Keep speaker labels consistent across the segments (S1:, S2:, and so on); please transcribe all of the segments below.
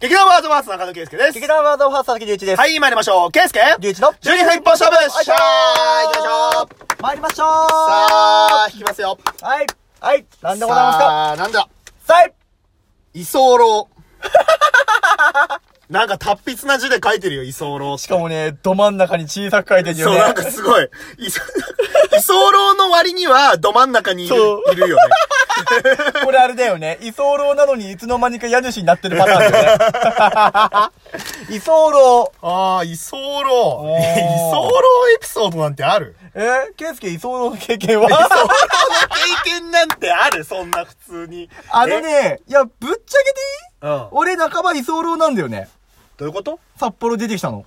S1: 劇団ワードワース中野圭介です。
S2: 劇団ワードオファー佐々木隆一です。。
S1: はいい、参りましょう。圭介
S2: 隆一の、よ
S1: 12分一本勝負よ
S2: いしょー
S1: 行きましょう
S2: 参りましょう
S1: さあ、引きますよ。
S2: はい。はい。なんでございますか
S1: さあ、なんだ
S2: さい
S1: 居候。なんか達筆な字で書いてるよ、居候。し
S2: しかもね、ど真ん中に小さく書いてるよ
S1: そう、
S2: ね。
S1: なんかすごい。居候居候の割には、ど真ん中にいる
S2: そ
S1: いるよね。
S2: これあれだよね。居候なのにいつの間にか家主になってるパターンだよね。 居候。
S1: ああ、居候。
S2: お
S1: 居候
S2: ー
S1: エピソードなんてある
S2: えー、ケイスケ居候の経験は
S1: 居候の経験なんてあるそんな普通に。
S2: あの
S1: え。
S2: ね、いや、ぶっちゃけていい
S1: うん。
S2: 俺半ば居候なんだよね。
S1: どういうこと
S2: 札幌出てきたの。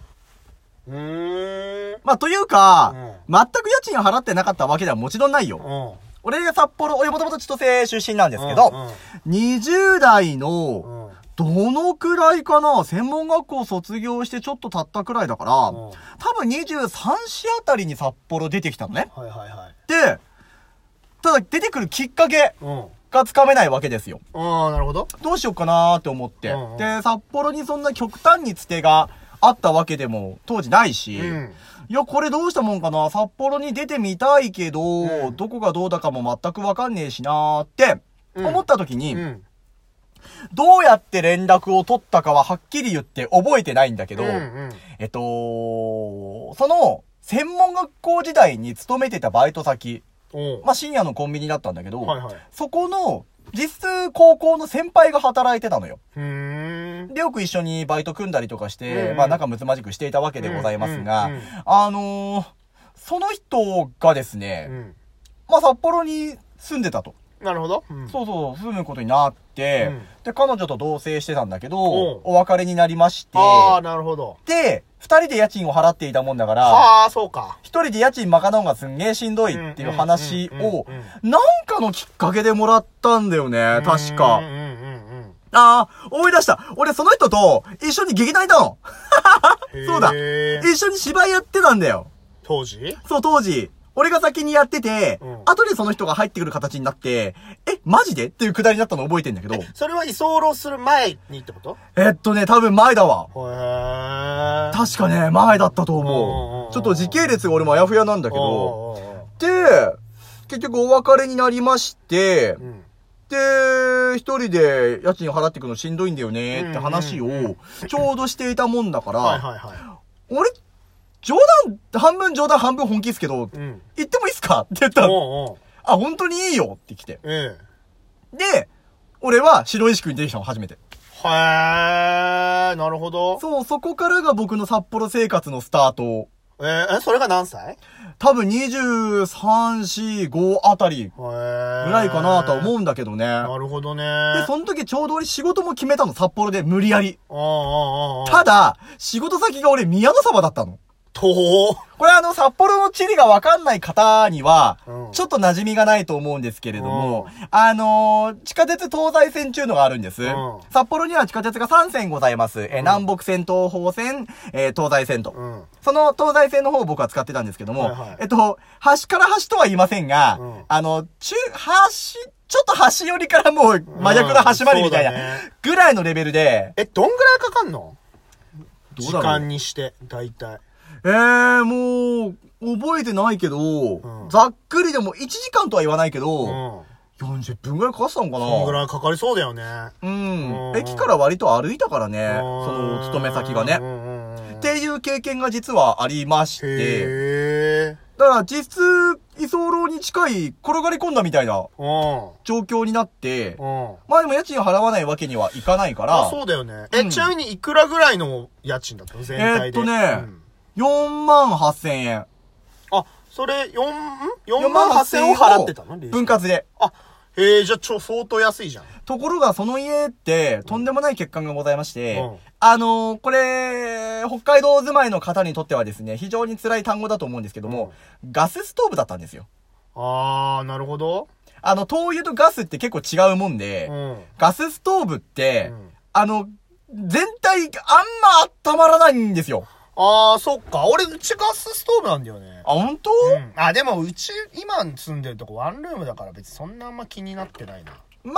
S1: うーん。
S2: まあ、というか、
S1: う
S2: 全く家賃払ってなかったわけではもちろんないよ。
S1: うん。
S2: 俺が札幌、俺もともと千歳出身なんですけ
S1: う
S2: ど
S1: ん、
S2: 20代の、
S1: うん。
S2: どのくらいかな、専門学校卒業してちょっと経ったくらいだから、
S1: うん
S2: 多分23市あたりに札幌出てきたのね。
S1: はいはいはい。
S2: で、ただ出てくるきっかけ
S1: うん。
S2: がつかめないわけですよ。
S1: ああ、なるほど。
S2: どうしようかなーって思って、
S1: うんうん
S2: で、札幌にそんな極端につてがあったわけでも当時ないし、
S1: うん
S2: いや、これどうしたもんかな札幌に出てみたいけど、
S1: うん
S2: どこがどうだかも全くわかんねえしなーって、
S1: うん
S2: 思った時に、
S1: うん。
S2: どうやって連絡を取ったかははっきり言って覚えてないんだけど、
S1: うんうん。
S2: えっと、その、専門学校時代に勤めてたバイト先、
S1: おう
S2: まあ、深夜のコンビニだったんだけど、
S1: はいはい。
S2: そこの、実数高校の先輩が働いてたのよ。
S1: うーん。
S2: で、よく一緒にバイト組んだりとかして、
S1: うん
S2: まあ仲睦まじくしていたわけでございますが、
S1: うんうんうん
S2: あのーその人がですね、
S1: うん。
S2: まあ札幌に住んでたと。
S1: なるほど。うん
S2: そうそう、住むことになって、
S1: うん
S2: で、彼女と同棲してたんだけど、
S1: おう
S2: お別れになりまして、
S1: ああ、なるほど。
S2: で、二人で家賃を払っていたもんだから、
S1: ああ、そうか。
S2: 一人で家賃賄うのがすんげえしんどいっていう話を、なんかのきっかけでもらったんだよね、確か。
S1: うんうんうんうん。
S2: ああ、思い出した。俺その人と一緒に劇団いたの。
S1: へー
S2: そうだ一緒に芝居やってたんだよ。
S1: 当時
S2: そう、当時。俺が先にやってて、
S1: うん
S2: 後でその人が入ってくる形になって、え、マジでっていうくだりだったの覚えてんだけど。
S1: それは居候する前にってこと
S2: えっとね、多分前だわ。
S1: へえ。
S2: 確かね、前だったと
S1: う
S2: 思
S1: ん
S2: う。ちょっと時系列が俺もあやふやなんだけど。
S1: おうおうおう
S2: で、結局お別れになりまして、
S1: うん。
S2: で、一人で家賃払ってくのしんどいんだよねって話
S1: うんうんう
S2: を、ちょうどしていたもんだから、
S1: はいはいは
S2: 俺、冗談、半分冗談半分本気ですけど
S1: い。、うん。
S2: 行ってもいいっすかって言ったの。
S1: おうおう
S2: あ、本当にいいよって来て。
S1: ええ。
S2: で、俺は白石君に出てきたの初めて。
S1: へえ、なるほど。
S2: そう、そこからが僕の札幌生活のスタート。
S1: えー、えそれが何歳へ
S2: 多分23、4、5あたり
S1: え。ぐ
S2: ぐら
S1: ら
S2: いかなとは思
S1: う。
S2: うんだけどね。
S1: なるほどね。
S2: で、その時ちょうど俺仕事も決めたの、札幌で、無理やり。
S1: ああああああ
S2: ただ、仕事先が俺宮の沢だったの。
S1: と
S2: これあの、札幌の地理がわかんない方には、
S1: うん
S2: ちょっと馴染みがないと思うんですけれども、
S1: う
S2: あのー地下鉄東西線中のがあるんです、
S1: ん
S2: 札幌には地下鉄が3線ございます。えー南北線、東方線、えー東西線と。
S1: うん。
S2: その東西線の方を僕は使ってたんですけども、
S1: はいはい
S2: えっと、端から端とは言いませんが、
S1: うん
S2: あの、中、端、ちょっと端寄りからもう真逆の端までみたい
S1: うんそう
S2: な
S1: だね、
S2: ぐらいのレベルで、
S1: え、どんぐらいかかんの
S2: ど
S1: 時
S2: うだろう
S1: 間にして、だいたい。
S2: えー、もう、覚えてないけど、
S1: うん
S2: ざっくりでも1時間とは言わないけ
S1: うん。
S2: ど、40分ぐらいかかってたのかな
S1: どんぐらいかかりそうだよね。
S2: うん
S1: う。ん
S2: 駅から割と歩いたからね、その
S1: うん
S2: 勤め先がね
S1: う。んうんうんうん
S2: っていう経験が実はありまして、
S1: へえ。
S2: だから実質、居候に近い転がり込んだみたいな
S1: うん。
S2: 状況になって、
S1: うん。
S2: まあでも家賃払わないわけにはいかないか
S1: あ、
S2: ら、
S1: そうだよね。え、
S2: うん
S1: ちなみにいくらぐらいの家賃だったの全体で。
S2: えーっとね
S1: うん
S2: 4万8千円。
S1: あ、それ、4、ん ?4 万8千を払ってたの
S2: 分。割で。
S1: あ、へえ、じゃあ、ちょ、相当安いじゃん。
S2: ところがその家って、とんでもない欠陥がございまして、
S1: うん
S2: あのーこれ、北海道住まいの方にとってはですね、非常に辛い単語だと思うんですけども、ガスストーブだったんですよ。
S1: あー、なるほど。
S2: あの、灯油とガスって結構違うもんで、
S1: うん。
S2: ガスストーブって、
S1: うん
S2: あの、全体、あんま温まらないんですよ。
S1: あー、そっか。俺、うちガスストーブなんだよね。
S2: あ、本当、
S1: うん。あ、でも、うち、今住んでるとこワンルームだから別にそんなあんま気になってないな。
S2: ま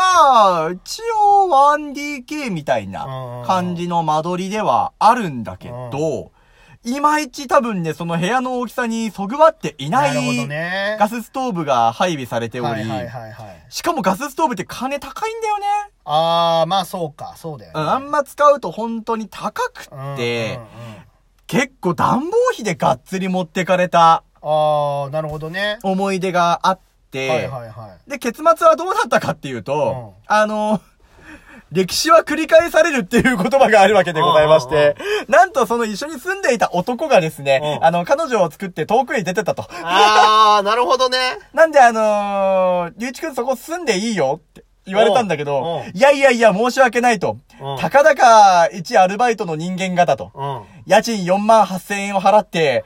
S2: あ、一応 1DK みたいな感じの間取りではあるんだけど、いまいち多分ね、その部屋の大きさにそぐわっていな
S1: なるほど
S2: い
S1: ね。
S2: ガスストーブが配備されてお
S1: は
S2: り
S1: い、はいはいはい。
S2: しかもガスストーブって金高いんだよね。
S1: あー、まあそうか、そうだよ
S2: う
S1: ね。
S2: ん、あんま使うと本当に高くって、
S1: うんうんうん
S2: 結構暖房費でがっつり持ってかれた
S1: あー、なるほどね。
S2: 思い出があって、
S1: はいはいはい。
S2: で、結末はどうだったかっていうと、
S1: う
S2: あの、歴史は繰り返されるっていう言葉があるわけでございまして、なんとその一緒に住んでいた男がですね、
S3: うん
S2: あの、彼女を作って遠くへ出てたと。
S3: あー、なるほどね。
S2: なんであのー、りゅうちくんそこ住んでいいよって言われたんだけど
S3: うんう、
S2: いやいやいや申し訳ないと
S3: うん。
S2: たかだか一アルバイトの人間がだと。
S3: うん。
S2: 家賃4万8千円を払って、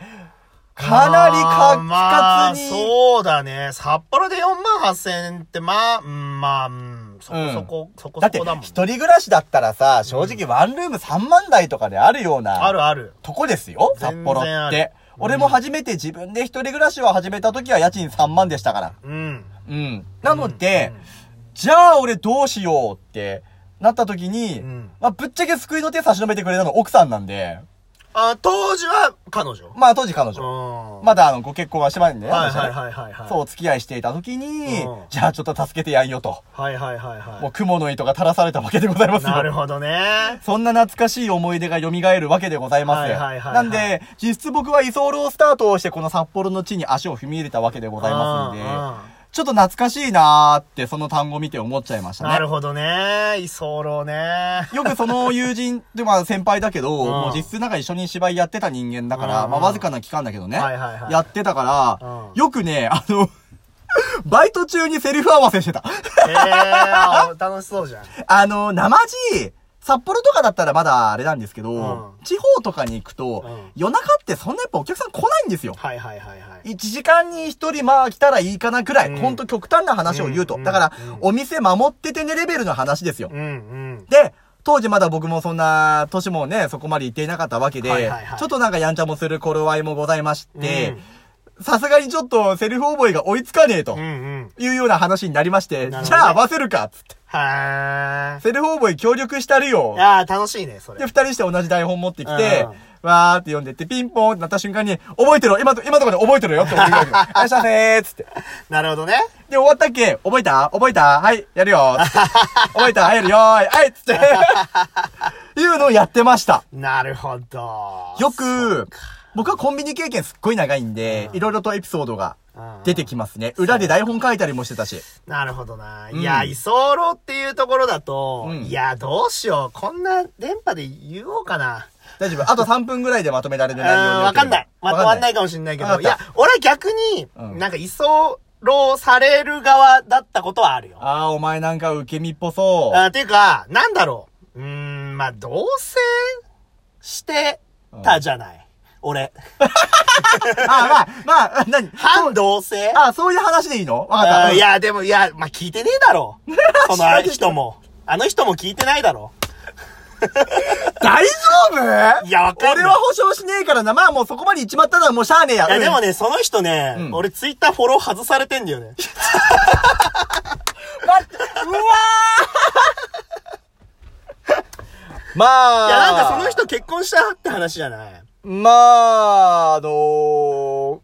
S2: かなり
S1: あー
S2: カ
S1: ま
S2: ツカ
S1: あ、
S2: ツに、
S1: そうだね。札幌で4万8000円って、まあ、うんまあ、うん、そこそこ、そこ
S2: だ
S1: そ
S2: って
S1: こだもん、ね。
S2: 一人暮らしだったらさ、正直ワンルーム3万台とかであるような、
S1: あるある。
S2: とこですよ、札幌
S1: 全然
S2: っ
S1: ある
S2: て。俺も初めて自分で一人暮らしを始めた時は家賃3万でしたから。
S1: うん。
S2: うん。なので、じゃあ俺どうしようってなった時に、
S1: うん
S2: まあぶっちゃけ救いの手差し伸べてくれたの奥さんなんで、
S1: あ、当時は彼女。
S2: まあ当時彼女、
S1: うん。
S2: まだあのご結婚はしてませんね。
S1: はい
S2: 私は
S1: はい
S2: ね
S1: はいはいはい。
S2: そう、お付き合いしていた時に、
S1: うん
S2: じゃあちょっと助けてやんよと。
S1: はいはいはい
S2: もう
S1: は
S2: 雲の糸が垂らされたわけでございま
S1: い。
S2: すよ。
S1: なるほどね。
S2: そんな懐かしい思い出が蘇るわけでございます。
S1: はいはいはいはい
S2: なんで、実質僕は居候スタートをしてこの札幌の地に足を踏み入れたわけでございますんで、
S1: う
S2: ちょっと懐かしいなーってその単語見て思っちゃいまし
S1: んうんな
S2: たね
S1: る。ほどね。居候ね。
S2: よくその友人、でまあ先輩だけど、
S1: ん
S2: もう実質なんか一緒に芝居やってた人間だから、
S1: うん
S2: まあわずかな期間だけどね、
S1: はいはいはい
S2: やってたから、
S1: うん
S2: よくね、あの、 バイト中にセリフ合わせしてた。
S1: えー、楽しそうじゃん。
S2: あの、生地、札幌とかだったらまだあれなんですけど、
S1: うん
S2: 地方とかに行くと、
S1: うん
S2: 夜中ってそんなやっぱお客さん来ないんですよ。
S1: はいはいはいはい。
S2: 1時間に1人まあ来たらいいかなくらい、
S1: うん
S2: ほんと極端な話を言うと。
S1: うん
S2: だから、
S1: うん
S2: お店守っててねレベルの話ですよ。
S1: うんうん。
S2: で、当時まだ僕もそんな、年もね、そこまで行っていなかったわけで、
S1: はいはいはい
S2: ちょっとなんかやんちゃもする頃合いもございまして、さすがにちょっとセリフ覚えが追いつかねえと
S1: うんう。ん。
S2: いうような話になりまし
S1: なる
S2: て、
S1: ほどね
S2: じゃあ合わせるか、つって。
S1: はー。
S2: セルフ覚え協力したるよ
S1: い。やー、楽しいね、それ
S2: で、。二人して同じ台本持ってきて
S1: うん、
S2: わーって読んでって、ピンポンってなった瞬間に、覚えてろ今と、今とかで覚えてろよって俺が言うわけよ あ、しゃせーっつって。
S1: なるほどね。
S2: で、終わったっけ覚えた覚えたはい、やるよー っつって覚えたはい、やるよーいはいっつ って。いうのをやってました。
S1: なるほど。
S2: よく、僕はコンビニ経験すっごい長いんで、いろいろとエピソードが出てきますね。裏で台本書いたりもしてたし。
S1: なるほどな。
S2: ん
S1: いや、居候っていうところだと、
S2: うん
S1: いや、どうしよう。こんな電波で言おうかな。
S2: 大丈夫あと3分ぐらいでまとめられる
S1: う
S2: 内容に
S1: ん、わかんない。まとまんないかもしれないけ
S2: わか
S1: ど。
S2: っ
S1: い
S2: た
S1: や、俺は逆に、
S2: うん
S1: なんか居候される側だったことはあるよ。
S2: ああ、お前なんか受け身っぽそう。
S1: あていうか、なんだろう。うーん、まあ、同棲してたじゃない。俺。
S2: ああ、まあ、まあ、なに
S1: 反同棲
S2: ああ、そういう話でいいのわかった。
S1: あーい や、でも、いや、まあ、聞いてねえだろ。その人も。あの人も聞いてないだろ。
S2: 大丈夫
S1: いやわかんない
S2: 俺は保証しねえからな。まあもうそこまで行っちまったらもうしゃあねえや。
S1: いや、でも
S2: ね、
S1: ね、その人ね、
S2: うん
S1: 俺ツイッターフォロー外されてんだよね。
S2: 待って、うわーまあ、
S1: いや、なんかその人結婚したって話じゃない。
S2: まあ、あのー、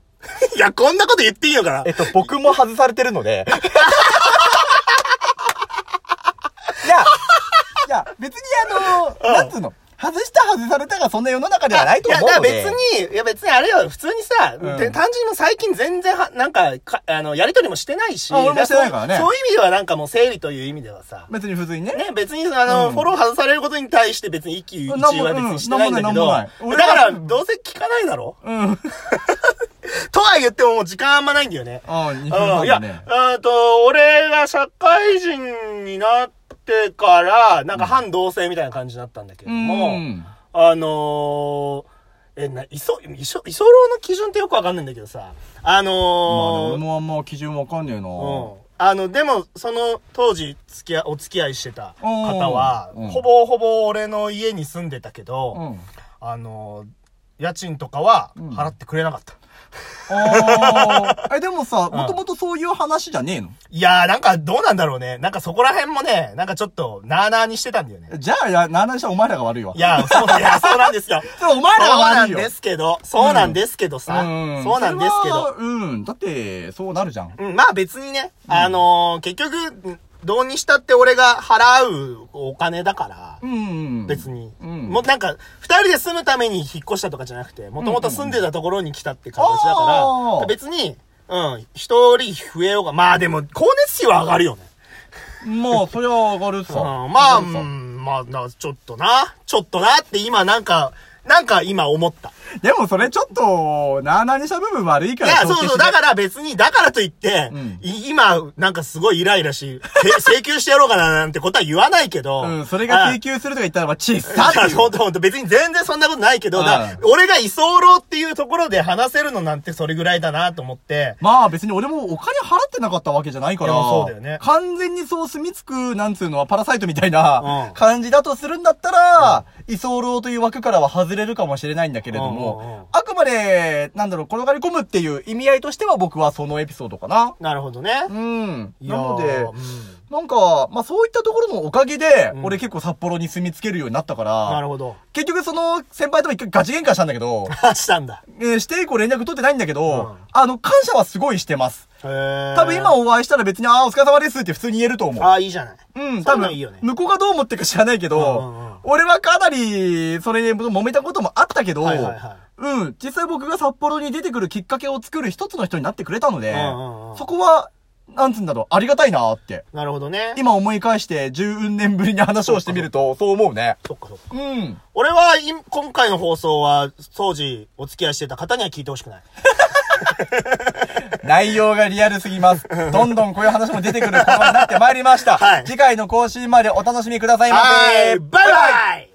S1: いや、こんなこと言っていいのかな
S2: えっと、僕も外されてる ので。いや、いや、別にあのー、なんつうの、外した外されたがそんな世の中ではないと
S1: い
S2: 思
S1: や、だ
S2: う
S1: から
S2: ので。
S1: 別に、いや別にあれよ、普通にさ、
S2: うん
S1: で単純に最近全然は、なんかか、あの、やりとりもしてないし、
S2: あ俺もしてないからね
S1: そうそういう意味ではなんかもう整理という意味ではさ、
S2: 別に普通にね。
S1: ね、別に、あの、
S2: うん
S1: フォロー外されることに対して別に一喜一
S2: なん
S1: 憂
S2: も
S1: は別にしてないんだけ
S2: うん
S1: ど、
S2: なんもない
S1: だ
S2: なんもない
S1: から、
S2: 俺は
S1: どうせ聞かないだろ
S2: うん。
S1: とは言ってももう時間あんまないんだよね。
S2: ああ、日
S1: うん、いや、
S2: だ
S1: う
S2: ね。
S1: ーんと、俺が社会人になってから、なんか反同性みたいな感じになったんだけども、
S2: うん
S1: あのー、え、な、いそ、いそ、居候の基準ってよくわかんないんだけどさ、あ
S2: まあね、
S1: の
S2: 俺
S1: ー、
S2: もあんま基準わかんねえな。
S1: うん。あの、でも、その当時付き合い、お付き合いしてた方は、
S2: うん
S1: ほぼほぼ俺の家に住んでたけど、
S2: うん。
S1: あのー、家賃とかは払ってくれなかった。
S2: あ ーえ、でもさ、もともとそういう話じゃねえの
S1: いやー、なんかどうなんだろうね。なんかそこら辺もね、なんかちょっと、なーなーにしてたんだよね。
S2: じゃあ、や、なあなあにしたらお前らが悪いわ。
S1: い、やー、そう、いやそうなんですよ。
S2: お前ら
S1: そ
S2: が
S1: うなん
S2: 悪いよ。
S1: ですけど、そうなんですけどさ、そうなんですけど、
S2: それはうん。だって、そうなるじゃん。
S1: うん、まあ別にね、あのー、結局、うんどうにしたって俺が払うお金だから、
S2: うん。
S1: 別。に。
S2: うん
S1: もうなんか、二人で住むために引っ越したとかじゃなくて、もともと住んでたところに来たって形だから、
S2: うんうん
S1: 別に、うん、一人増えようが、まあでも、光熱費は上がるよね。
S2: まあ、そりゃ上がるさ。
S1: うん、まあ、う
S2: 上がる
S1: ん、まあな、ちょっとな、ちょっとなって今なんか、なんか今思った。
S2: さでもそれちょっと、なあなあにした部分悪い
S1: い
S2: から。
S1: や、そうそう、だ
S2: ら。
S1: から別に、だからといって、
S2: うん
S1: い今、なんかすごいイライラし、せ 請求してやろうかななんてことは言わないけど、
S2: うん、それが
S1: あ
S2: 請求するとか言ったら、まあ、ち
S1: だ
S2: っさ
S1: っ
S2: ってていう。
S1: ほんとほんと、別に全然そんなことないけど、
S2: うん
S1: だ俺が居候っていうところで話せるのなんてそれぐらいだなと思って、
S2: まあ別に俺もお金払ってなかったわけじゃないから。
S1: いやそうだよね
S2: 完全にそう住み着く、なんつうのはパラサイトみたいな
S1: うん
S2: 感じだとするんだったら、居候という枠からは外れるかもしれないんだけれど
S1: うんうんうん
S2: も、あくまで、なんだろう、転がり込むっていう意味合いとしては僕はそのエピソードかな。
S1: なるほどね。
S2: うん。
S1: いや
S2: な
S1: ー
S2: ので
S1: うん、
S2: なんか、まあそういったところのおかげで、
S1: うん
S2: 俺結構札幌に住み着けるようになったか
S1: なる
S2: ら、
S1: ほど。
S2: 結局その先輩とも一回ガチ喧嘩したんだけど、
S1: あ、したんだ。
S2: えーして以降連絡取ってないんだけ
S1: う
S2: ど
S1: ん、
S2: あの、感謝はすごいしてます。
S1: へー
S2: 多分今、お会いしたら別に、ああ、お疲れ様ですって普通に言えると思う。
S1: あ、いいじゃない。
S2: うん、
S1: そ
S2: 多
S1: ういうの
S2: 分
S1: いいよね、
S2: 向こうがどう思ってるか知らないけ
S1: うんうんうん
S2: ど、俺はかなり、それで揉めたこともあったけど、
S1: はいはいは
S2: うん、実際僕が札幌に出てくるきっかけを作る一つの人になってくれたので
S1: うんうんうん、
S2: そこは、なんつうんだろう、ありがたいなーって。
S1: なるほどね。
S2: 今思い返して、10年ぶりに話をしてみる と、そう思うね。
S1: そっかそっか。
S2: うん。
S1: 俺は、い今回の放送は、当時お付き合いしてた方には聞いてほしくない。
S2: 内容がリアルすぎます。どんどんこういう話も出てくることになってまいりました。
S1: はい
S2: 次回の更新までお楽しみくださいませ。
S1: はい、バイバイ